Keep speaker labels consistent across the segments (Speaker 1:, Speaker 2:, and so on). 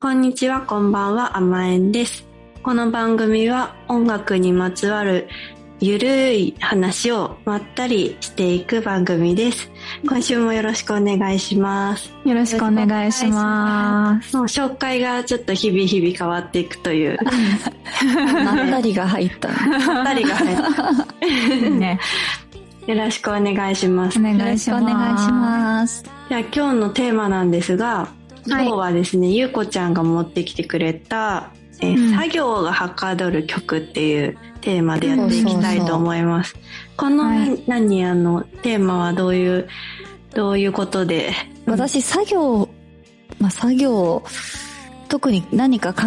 Speaker 1: こんにちは、こんばんは、あまえんです。この番組は音楽にまつわるゆるい話をまったりしていく番組です。今週もよろしくお願いします。
Speaker 2: よろしくお願いします。
Speaker 1: もう紹介がちょっと日々日々変わっていくと いう、
Speaker 3: 何たりが入った。
Speaker 1: 二人がね
Speaker 2: ね、
Speaker 1: よろしくお願いします
Speaker 2: お。願いし
Speaker 3: よろ
Speaker 2: ます。
Speaker 3: しくお願いします。
Speaker 1: じゃあ今日のテーマなんですが、今日はですね、ゆうこちゃんが持ってきてくれた、えー
Speaker 2: うん
Speaker 1: 作業がはかどる曲っていうテーマでやっていきたいと思います。この、
Speaker 2: はい
Speaker 1: 何あのテーマはどういうどういうことで、
Speaker 3: 私、作業、まあ、作業、特に何か考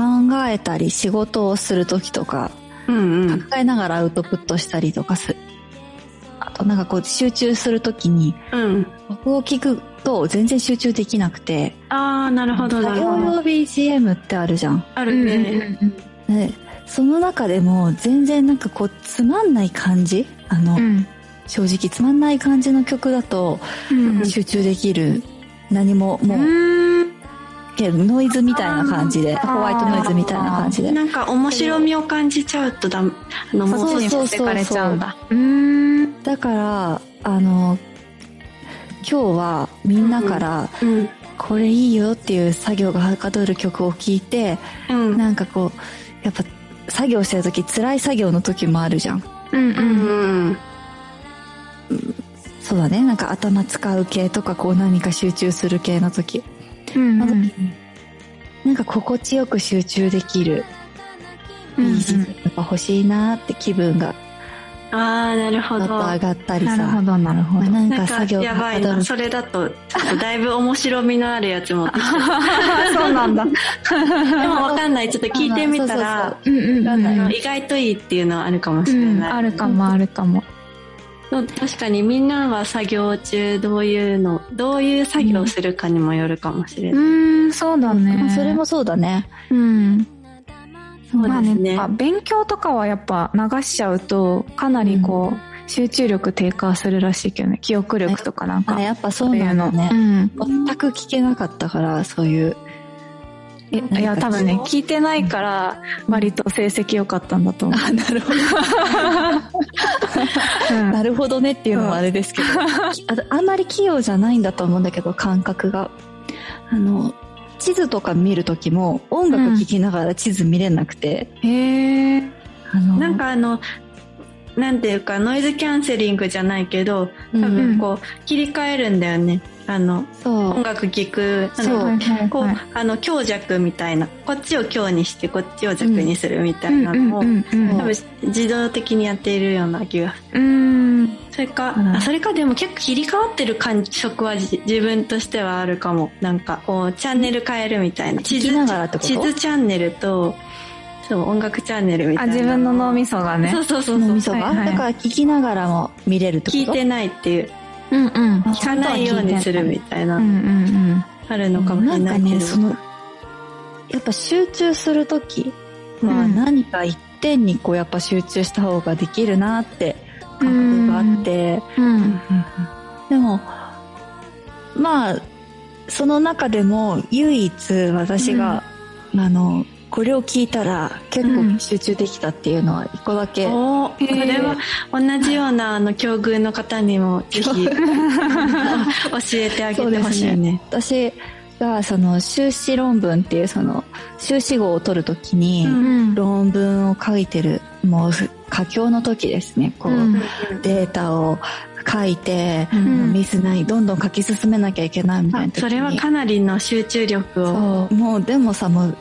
Speaker 3: えたり仕事をするときとか、
Speaker 1: うんうん
Speaker 3: 考えながらアウトプットしたりとかすあとなんかこう集中するときに、
Speaker 1: うん
Speaker 3: 僕を聞くと全然集中できなくて、
Speaker 1: ああなるほど
Speaker 3: 作
Speaker 1: なる
Speaker 3: 業
Speaker 1: ほど
Speaker 3: 用 BGM ってあるじゃん。
Speaker 1: あ
Speaker 2: う
Speaker 1: る
Speaker 2: んうん
Speaker 1: ね、
Speaker 3: でその中でも全然なんかこうつまんない感じあの、
Speaker 2: うん
Speaker 3: 正直つまんない感じの曲だと
Speaker 2: うん
Speaker 3: 集中できる。何ももう
Speaker 2: うん
Speaker 3: けどノイズみたいな感じで
Speaker 1: あー
Speaker 3: ホワイトノイズみたいな感じで
Speaker 1: なんか面白みを感じちゃうとだあのもう
Speaker 3: そうそう
Speaker 2: 持ってかれちゃうんだ。うん
Speaker 3: だからあの今日はみんなから
Speaker 1: うん
Speaker 3: これいいよっていう作業がはかどる曲を聴いて
Speaker 1: うん
Speaker 3: なんかこうやっぱ作業してる時辛い作業の時もあるじゃん
Speaker 2: うん
Speaker 1: うんうん
Speaker 3: そうだねなんか頭使う系とかこう何か集中する系の時
Speaker 2: うん
Speaker 3: の時になんか心地よく集中できる
Speaker 2: うん
Speaker 3: BGM が欲しいなって気分が
Speaker 1: ああなるほ
Speaker 3: ちょっと
Speaker 1: ど
Speaker 3: 上がったり
Speaker 2: なる
Speaker 3: さ
Speaker 2: ほどなるほ
Speaker 3: まあ
Speaker 2: ど。
Speaker 3: なん
Speaker 1: な
Speaker 3: か
Speaker 1: んか
Speaker 3: 作業が
Speaker 1: やば
Speaker 3: はいかど
Speaker 1: な
Speaker 3: る
Speaker 1: それだとちょっとだいぶ面白みのあるやつ もで
Speaker 2: そうなんだ。
Speaker 1: もわかんないちょっと聞いてみた
Speaker 3: あ
Speaker 1: ら
Speaker 3: の
Speaker 2: うんうんうん
Speaker 1: あ
Speaker 2: う
Speaker 1: の
Speaker 2: ん
Speaker 1: 意外といいっていうのはあるかもしれない、
Speaker 2: あるかもあるかも。
Speaker 1: そう確かにみんなは作業中どういうのどういう作業をするかにもよるかもしれない、
Speaker 2: うんそうだ
Speaker 3: まあ
Speaker 2: ね。
Speaker 3: それもそうだね
Speaker 2: うん。
Speaker 1: そうですね
Speaker 2: まあ勉強とかはやっぱ流しちゃうとかなりこう、集中力低下するらしいけどね記憶力とかなんか
Speaker 3: あやっぱそう
Speaker 2: そうい
Speaker 3: な
Speaker 2: うんの
Speaker 3: だね、
Speaker 2: うん
Speaker 3: 全く聞けなかったからそう いう
Speaker 2: えいや多分ね
Speaker 1: そう
Speaker 2: 聞いてないから割と成績良かったんだと思う、
Speaker 3: な るほど
Speaker 2: うん
Speaker 3: なるほどねっていうのもあれですけど、ああんまり器用じゃないんだと思うんだけど感覚があの地図とか見る時も音楽聴きながら地図見れなくて、
Speaker 2: へえ
Speaker 3: あの
Speaker 1: なんかあのなんていうかノイズキャンセリングじゃないけど
Speaker 3: うん
Speaker 1: 多分こう、切り替えるんだよねあの
Speaker 3: そ
Speaker 1: 音
Speaker 3: う
Speaker 1: 楽聴くあの
Speaker 3: そう
Speaker 1: こう、
Speaker 2: はい
Speaker 1: あの強弱みたいなこっちを強にしてこっちを弱にするみたいなのを、
Speaker 2: うんうん
Speaker 1: 多分自動的にやっているような気が
Speaker 2: うんうん
Speaker 1: それか、
Speaker 3: うん
Speaker 1: あそれかでも結構切り替わってる感触はじ自分としてはあるかもなんかこうチャンネル変えるみたいな地
Speaker 3: 聞
Speaker 1: 図
Speaker 3: きながらってこと
Speaker 1: 地図チャンネルとそう音楽チャンネルみた
Speaker 2: あ
Speaker 1: いな
Speaker 2: 自分の脳みそがね
Speaker 1: そうそうそう
Speaker 3: 脳み
Speaker 1: そう
Speaker 3: そが、
Speaker 2: はいはい
Speaker 3: だから聴きながらも見れるってこと
Speaker 1: 聞いてないっていう
Speaker 2: うんうん
Speaker 3: あ
Speaker 1: 聞かないようにするみたいな、
Speaker 2: うんうん
Speaker 1: あるのかもしれ
Speaker 3: ん
Speaker 1: な
Speaker 3: か
Speaker 1: いけど、
Speaker 3: ねそのやっぱ集中する時
Speaker 2: う
Speaker 3: は
Speaker 2: ん
Speaker 3: 何か一点にこうやっぱ集中した方ができるなって感覚があって、
Speaker 2: うんうん
Speaker 3: でもまあその中でも唯一私が、あのこれを聞いたら結構集中できたっていうのは一個だけ、
Speaker 1: おー
Speaker 2: へー
Speaker 1: これは同じようなあの境遇の方にもぜひ 教えてあげてほしいね。
Speaker 3: 私がその修士論文っていうその修士号を取るときに、
Speaker 1: うん
Speaker 2: うん
Speaker 3: 論文を書いてるもう佳境の時ですねこう、
Speaker 2: うん
Speaker 3: データを書いて、
Speaker 2: うん
Speaker 3: ミスないどんどん書き進めなきゃいけないみたい
Speaker 1: あ
Speaker 3: な時に
Speaker 1: それはかなりの集中力を。
Speaker 3: そうもうでもさもう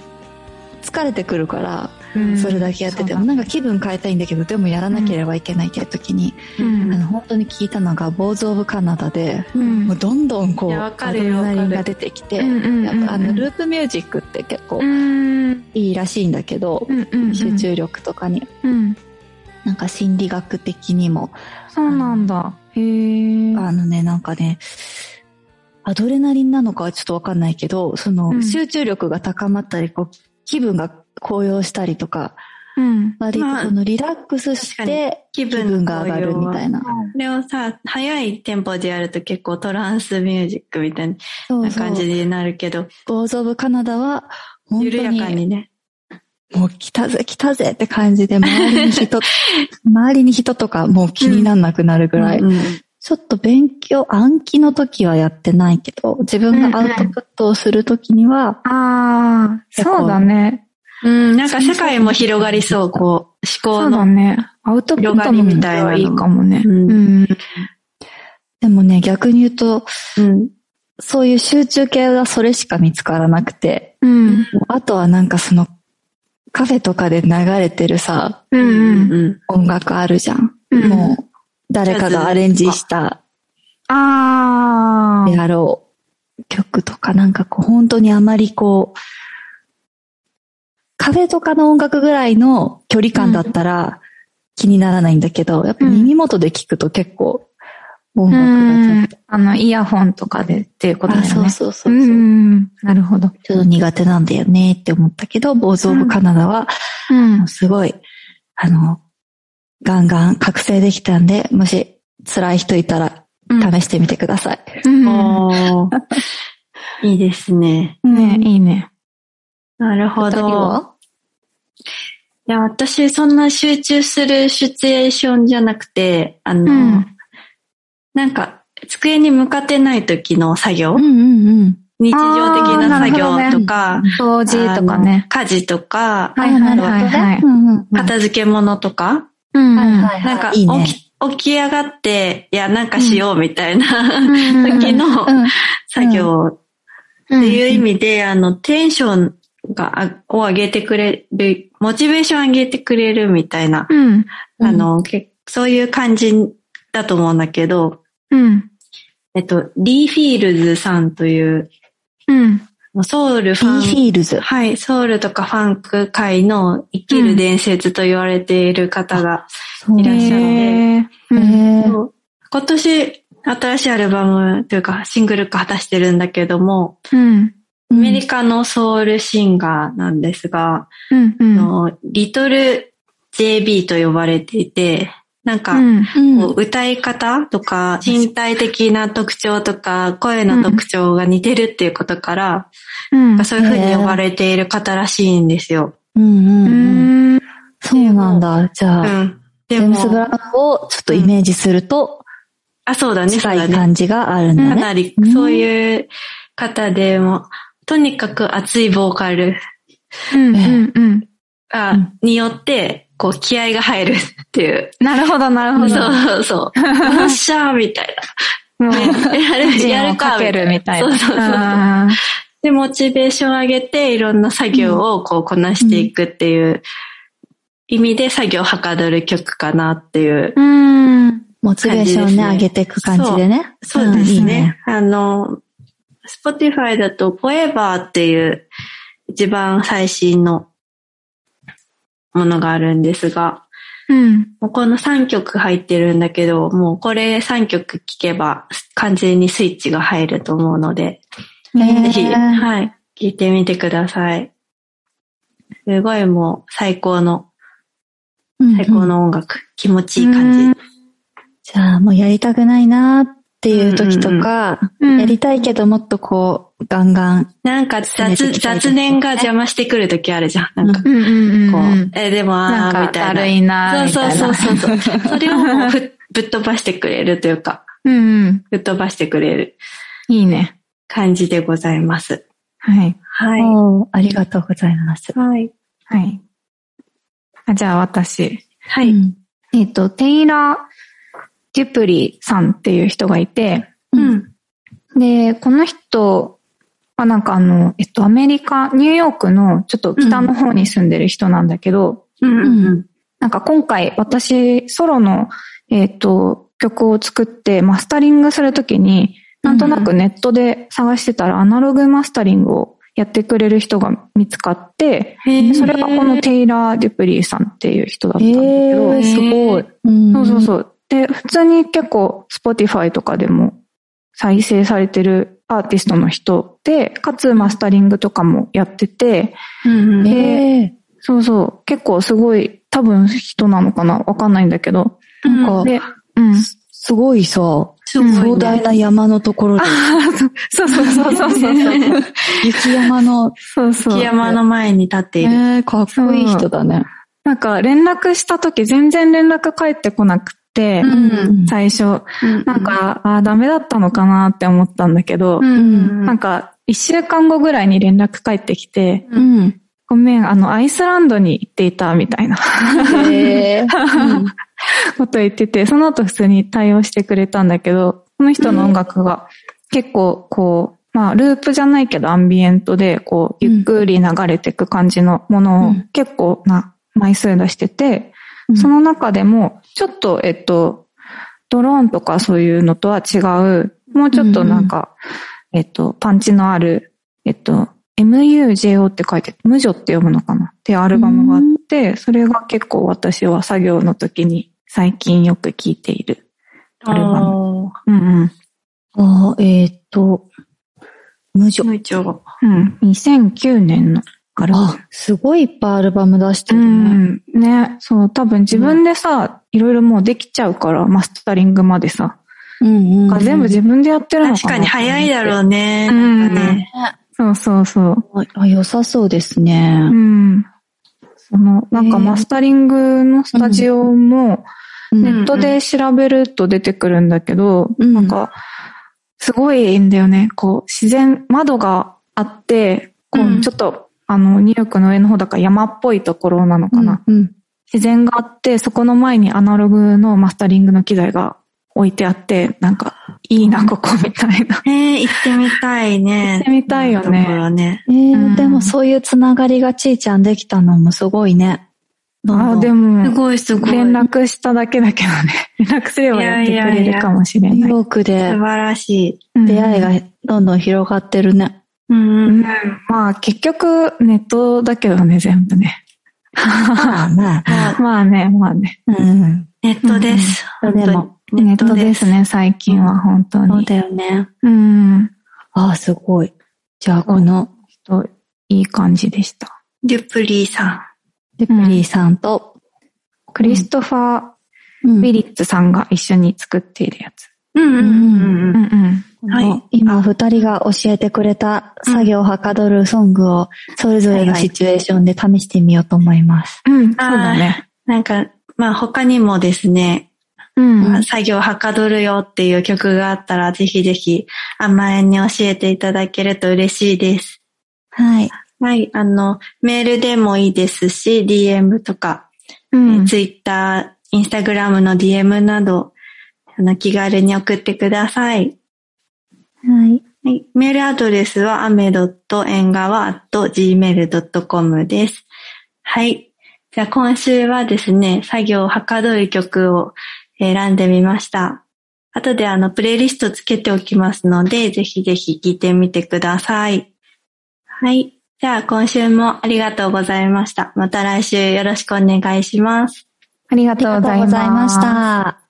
Speaker 3: 疲れてくるから
Speaker 2: うん
Speaker 3: それだけやってても、なんか気分変えたいんだけどでもやらなければいけないっていう時に、
Speaker 2: うん
Speaker 3: あの本当に聞いたのが「ボーズ・オブ・カナダで」
Speaker 2: うん
Speaker 3: もうどんどんこう
Speaker 1: いやわかるよ
Speaker 3: アドレナリンが出てきて、やっぱあのループミュージックって結構
Speaker 2: うん
Speaker 3: いいらしいんだけど、
Speaker 2: うんうんうん
Speaker 3: 集中力とかに
Speaker 2: うん
Speaker 3: なんか心理学的にも、
Speaker 2: そうなんだへえ
Speaker 3: あのね、なんかね、アドレナリンなのかはちょっとわかんないけど、そうの
Speaker 2: ん
Speaker 3: 集中力が高まったり、こう、気分が高揚したりとか、
Speaker 2: うん
Speaker 3: 割と
Speaker 1: まあ
Speaker 3: このリラックスし
Speaker 1: 確
Speaker 3: て
Speaker 1: 気
Speaker 3: 気分が上がるみたい
Speaker 1: な。
Speaker 3: な。
Speaker 1: これをさ、早いテンポでやると結構トランスミュージックみたい
Speaker 3: そう
Speaker 1: な
Speaker 3: そう
Speaker 1: 感じになるけど、
Speaker 3: ボーズ・オブ・カナダは、本
Speaker 1: 緩
Speaker 3: 当
Speaker 1: やか
Speaker 3: に、
Speaker 1: にね。
Speaker 3: もう来たぜ来たぜって感じで、周りに 人、周りに人とかもう気になんなくなるぐらい。
Speaker 1: うんうん
Speaker 3: ちょっと勉強、暗記の時はやってないけど、自分がアウトプットをする時には、
Speaker 2: ああ、そうだね。
Speaker 1: うん、なんか世界も広がりそう、こう、思
Speaker 2: そ
Speaker 1: 考
Speaker 2: うだ
Speaker 1: の。
Speaker 2: ね。アウトプットのみたいはいいかもね。
Speaker 1: うん
Speaker 2: うん。
Speaker 3: でもね、逆に言うと、
Speaker 1: うん。
Speaker 3: そういう集中系がそれしか見つからなくて、
Speaker 2: うん。
Speaker 3: もうあとはなんかその、カフェとかで流れてるさ、
Speaker 2: う。
Speaker 1: うん
Speaker 2: うん。
Speaker 1: ん。
Speaker 3: 音楽あるじゃん。
Speaker 2: うん
Speaker 3: もう、誰かがアレンジした
Speaker 2: ああ
Speaker 3: で。あろう曲とか、なんかこう、本当にあまりこう、カフェとかの音楽ぐらいの距離感だったら気にならないんだけど、やっぱ耳元で聞くと結構音
Speaker 2: う
Speaker 3: 楽が
Speaker 2: ん。あの、イヤホンとかでっていうことだよ
Speaker 3: あ、
Speaker 2: ね。
Speaker 3: そうそうそうそう。
Speaker 2: うんうん。なるほど。
Speaker 3: ちょっと苦手なんだよねって思ったけど、ボーズ・オブ・カナダは、
Speaker 2: うん
Speaker 3: もう。すごい、あの、ガンガン覚醒できたんで、もし辛い人いたら試してみてください。
Speaker 2: うん
Speaker 1: おーいいですね。
Speaker 2: ねいいね。
Speaker 1: なるほ
Speaker 3: 二人
Speaker 1: ど。
Speaker 3: はい
Speaker 1: や、私、そんな集中するシチュエーションじゃなくて、あの、
Speaker 2: うん
Speaker 1: なんか、机に向かってない時の作業、
Speaker 3: うんうんうん。
Speaker 1: 日常的な作業とか、
Speaker 2: 掃除とかね。
Speaker 1: あの家事とか、
Speaker 2: はいはいはいはい
Speaker 3: うんうんうん
Speaker 1: 片付け物とか、
Speaker 2: うん
Speaker 3: はいはい
Speaker 1: なんか
Speaker 3: いい
Speaker 1: 起き、
Speaker 3: ね。
Speaker 1: 起き上がって、いや、なんかしようみたいな、
Speaker 2: うん
Speaker 1: 時の
Speaker 3: うん
Speaker 1: 作業っていう意味で、あの、テンションが、あを上げてくれる、モチベーション上げてくれるみたいな、
Speaker 2: うん。
Speaker 1: あ、の、けそういう感じだと思うんだけど、
Speaker 2: うん。
Speaker 1: えっと、リーフィールズさんという、
Speaker 2: うん。
Speaker 1: ソウル
Speaker 3: ピ
Speaker 1: フ
Speaker 3: ー
Speaker 1: ァ
Speaker 3: フ
Speaker 1: ン、
Speaker 3: ィールズ。
Speaker 1: はい、ソウルとかファンク界の生きる伝説と言われている方が、
Speaker 3: そう
Speaker 1: いらっしゃるね
Speaker 2: へー
Speaker 3: へー
Speaker 1: そう今年、新しいアルバムというかシングル化果たしてるんだけども、
Speaker 2: うん。
Speaker 1: アメリカのソウルシンガーなんですが、
Speaker 2: うん。うん。
Speaker 1: あのリトル JB と呼ばれていて、なんか、
Speaker 2: うん。
Speaker 3: うん
Speaker 1: こう歌い方とか、身体的な特徴とか、声の特徴が似てるっていうことから、
Speaker 2: うん。
Speaker 1: そういうふうに呼ばれている方らしいんですよ。
Speaker 3: うんうん
Speaker 2: う
Speaker 3: うん
Speaker 2: ん。
Speaker 3: そうなんだ。じ
Speaker 1: う
Speaker 3: ゃあ、
Speaker 1: ん。
Speaker 3: ジ
Speaker 1: で
Speaker 3: ェーム
Speaker 1: も
Speaker 3: ス・、ブラウンをちょっとイメージすると、
Speaker 1: あ、そうだね、そう
Speaker 3: 近
Speaker 1: だ
Speaker 3: い
Speaker 1: ね。
Speaker 3: 感じがあるんだ
Speaker 1: か
Speaker 3: ね。
Speaker 1: なり、そういう方でも、とにかく熱いボーカル
Speaker 2: うん。うん。
Speaker 1: が、
Speaker 3: うん
Speaker 1: によって、こう、気合が入るっていう。
Speaker 2: なるほど、なるほ
Speaker 1: そ
Speaker 2: ど。
Speaker 1: うそう。よっしゃーみた い
Speaker 2: もう
Speaker 1: な。やる、や
Speaker 2: 人
Speaker 1: る
Speaker 2: を
Speaker 1: か
Speaker 2: かけるみたいな。
Speaker 1: そうそうそうそう。
Speaker 2: あー
Speaker 1: で、モチベーション上げて、いろんな作業をこうこなしていくっていう意味で作業はかどる曲かなっていう。
Speaker 2: うん。
Speaker 3: モチベーションね、上げていく感じでね。
Speaker 1: そうですね。
Speaker 3: んいい
Speaker 1: あの、Spotify だと Forever っていう一番最新のものがあるんですが、
Speaker 2: うん。
Speaker 1: もうこの3曲入ってるんだけど、もうこれ3曲聴けば完全にスイッチが入ると思うので、
Speaker 3: ね
Speaker 1: ぜひ、
Speaker 3: へー
Speaker 1: はい、聞いてみてください。すごいもう最高の、
Speaker 3: うんうん
Speaker 1: 最高の音楽、気持ちいい感じ。
Speaker 3: じゃあ、もうやりたくないなっていう時とか、
Speaker 2: うん。
Speaker 3: やりたいけどもっとこう、ガンガン。
Speaker 1: なんか
Speaker 3: 攻めて
Speaker 1: 雑、
Speaker 3: いきたいです
Speaker 1: 雑
Speaker 3: ね
Speaker 1: 念が邪魔してくるときあるじゃん。なんか、
Speaker 2: うんうん
Speaker 1: こ
Speaker 2: う
Speaker 1: う、
Speaker 2: ん。
Speaker 1: え、でも
Speaker 2: な
Speaker 1: あ
Speaker 2: ん
Speaker 1: ー、み
Speaker 2: か、だ
Speaker 1: た
Speaker 2: る
Speaker 1: い
Speaker 2: いな
Speaker 1: な。
Speaker 2: み
Speaker 1: そ
Speaker 2: た
Speaker 1: う
Speaker 2: い
Speaker 1: そう
Speaker 2: な。
Speaker 1: そうそう。そうそれをもうふぶっ飛ばしてくれるというか、
Speaker 2: うんうん。
Speaker 1: ぶっ飛ばしてくれる
Speaker 2: いいね。
Speaker 1: 感じでございます。
Speaker 2: はい。
Speaker 1: はい。
Speaker 3: おーありがとうございます。
Speaker 1: はい。
Speaker 2: はい。あじゃあ、私。
Speaker 1: は
Speaker 3: う
Speaker 1: い。
Speaker 3: ん
Speaker 2: えっ、と、テイラー・デュプリさんっていう人がいて、
Speaker 1: うん。
Speaker 2: で、この人はなんかあの、えっと、アメリカ、ニューヨークのちょっと北の方に住んでる人なんだけど、
Speaker 1: うんうん
Speaker 2: なんか今回私、ソロの、えっと、曲を作ってマスタリングするときに、なんとなくネットで探してたらアナログマスタリングをやってくれる人が見つかって、
Speaker 1: うん。へ
Speaker 2: で
Speaker 1: ー
Speaker 2: それがこのテイラー・デュプリーさんっていう人だったんだ
Speaker 3: え
Speaker 2: けど、
Speaker 3: ー、すごい。うん
Speaker 2: そうそうそう。で、普通に結構 Spotify とかでも再生されてるアーティストの人で、かつマスタリングとかもやってて、
Speaker 1: うんうん。
Speaker 3: えー
Speaker 2: そうそう、結構すごい多分人なのかなわかんないんだけど。
Speaker 1: なん
Speaker 3: かあ
Speaker 2: で、うん。
Speaker 3: すごいさ、
Speaker 1: すごいね、
Speaker 3: 壮大な山のところで
Speaker 2: あ、ーそうそうそうそうそうそう。
Speaker 3: 雪山の、
Speaker 2: そうそう
Speaker 1: 木。山の前に立っている。
Speaker 3: えー、かっこいい人だね。。
Speaker 2: なんか連絡した時全然連絡返ってこなくて、
Speaker 1: うん
Speaker 2: 最初。
Speaker 1: うん
Speaker 2: なん、か、ああ、ダメだったのかなって思ったんだけど、
Speaker 1: うん。
Speaker 2: なんか、一週間後ぐらいに連絡返ってきて、
Speaker 1: うん
Speaker 2: ごめん、あの、アイスランドに行っていたみたいな
Speaker 3: へえ。
Speaker 2: こと言ってて、その後普通に対応してくれたんだけど、この人の音楽が結構こう、まあ、ループじゃないけどアンビエントで、こう、ゆっくり流れていく感じのもの
Speaker 3: う
Speaker 2: を
Speaker 3: ん
Speaker 2: 結構な枚数出してて、その中でも、ちょっと、えっと、ドローンとかそういうのとは違う、もうちょっとなんか、えっと、パンチのある、えっと、MUJO って書いて、無女って読むのかなっていうアルバムがあって、それが結構私は作業の時に最近よく聴いている。アルバ
Speaker 1: ム。
Speaker 2: うんうん。
Speaker 3: あーえーっと、無女。
Speaker 1: 無調。
Speaker 2: うん。2009年のアルバム。
Speaker 3: あ、すごいいっぱいアルバム出して
Speaker 2: う
Speaker 3: るね。
Speaker 2: ん。ね。そう、多分自分でさ、いろいろもうできちゃうから、マスタリングまでさ。
Speaker 3: うんうん
Speaker 2: 全部自分でやってるの
Speaker 1: 確
Speaker 2: かな
Speaker 1: かに早いだろうね。
Speaker 2: うん
Speaker 1: なんかね
Speaker 2: そうそうそう。
Speaker 3: あ、良さそうですね
Speaker 2: う。ん。その、なんか
Speaker 3: えー
Speaker 2: マスタリングのスタジオも、
Speaker 3: うん
Speaker 2: ネットで調べると出てくるんだけど、
Speaker 3: うん
Speaker 2: なんか、すごいいいんだよね。こう、自然、窓があって、こ
Speaker 1: うん
Speaker 2: う、ちょっと、あの、ニューヨークの上の方だから山っぽいところなのかな。
Speaker 3: うん。
Speaker 2: 自然があって、そこの前にアナログのマスタリングの機材が置いてあって、なんか、いいな、ここみたいな。
Speaker 1: ね行ってみたいね。
Speaker 2: 行ってみたいよね
Speaker 1: ところね。
Speaker 3: え
Speaker 2: う
Speaker 3: ー、
Speaker 2: ん
Speaker 3: でもそういうつながりがちいちゃんできたのもすごいね。どんどん
Speaker 2: あ、ですも、
Speaker 1: ごいすごい。
Speaker 2: 連絡しただけだけどね。 連絡すればやってく
Speaker 1: いやい
Speaker 2: れ
Speaker 1: やい
Speaker 2: る
Speaker 1: や
Speaker 2: かもしれ
Speaker 3: ニュー
Speaker 2: ない。
Speaker 3: ヨークで
Speaker 1: 素晴らしい。
Speaker 3: 出会いがどんどん広がってるね。
Speaker 1: うんうん。
Speaker 2: まあ結局ネットだけどね、全部ね。
Speaker 3: まあまあ
Speaker 1: あ
Speaker 2: まあね、まあね。
Speaker 3: うん。
Speaker 1: ネットです。
Speaker 3: うん
Speaker 1: 本
Speaker 3: うん
Speaker 1: 当に
Speaker 3: でも
Speaker 2: ネットです。ね、最近は本当
Speaker 3: そう
Speaker 2: に。
Speaker 3: だよね。
Speaker 2: うん。
Speaker 3: ああ、すごい。じゃあ、この、
Speaker 2: と、いい感じでした。
Speaker 1: デュプリーさん。
Speaker 3: デプリーさんと、
Speaker 2: クリストファー・
Speaker 3: うん
Speaker 2: ウィリッツさんが一緒に作っているやつ。
Speaker 1: うんうんうん
Speaker 2: う
Speaker 1: うん
Speaker 2: んうん。
Speaker 3: こ
Speaker 1: は
Speaker 3: の
Speaker 1: い
Speaker 3: 今、二人が教えてくれた作業をはかどるソングを、それぞれのシチュエーションで試してみようと思います。
Speaker 2: うん、そうだね。
Speaker 1: なんか、まあ他にもですね、
Speaker 2: うん。
Speaker 1: まあ作業はかどるよっていう曲があったら、ぜひぜひ甘えんに教えていただけると嬉しいです。
Speaker 3: はい。
Speaker 1: はい、あの、メールでもいいですし、DM とか、
Speaker 2: うん
Speaker 1: ツイッター、インスタグラムの DM など、あの気軽に送ってください。
Speaker 3: はい。
Speaker 1: はい、メールアドレスは、雨ドット縁側 .gmail.com です。はい。じゃあ今週はですね、作業をはかどる曲を選んでみました。後であの、プレイリストつけておきますので、ぜひぜひ聞いてみてください。はい。じゃあ今週もありがとうございました。また来週よろしくお願いします。
Speaker 2: ありが
Speaker 3: あり
Speaker 2: とうご
Speaker 3: がと
Speaker 2: ざ
Speaker 3: う
Speaker 2: い
Speaker 3: ござ
Speaker 2: ま
Speaker 3: いまし
Speaker 2: した。
Speaker 3: た。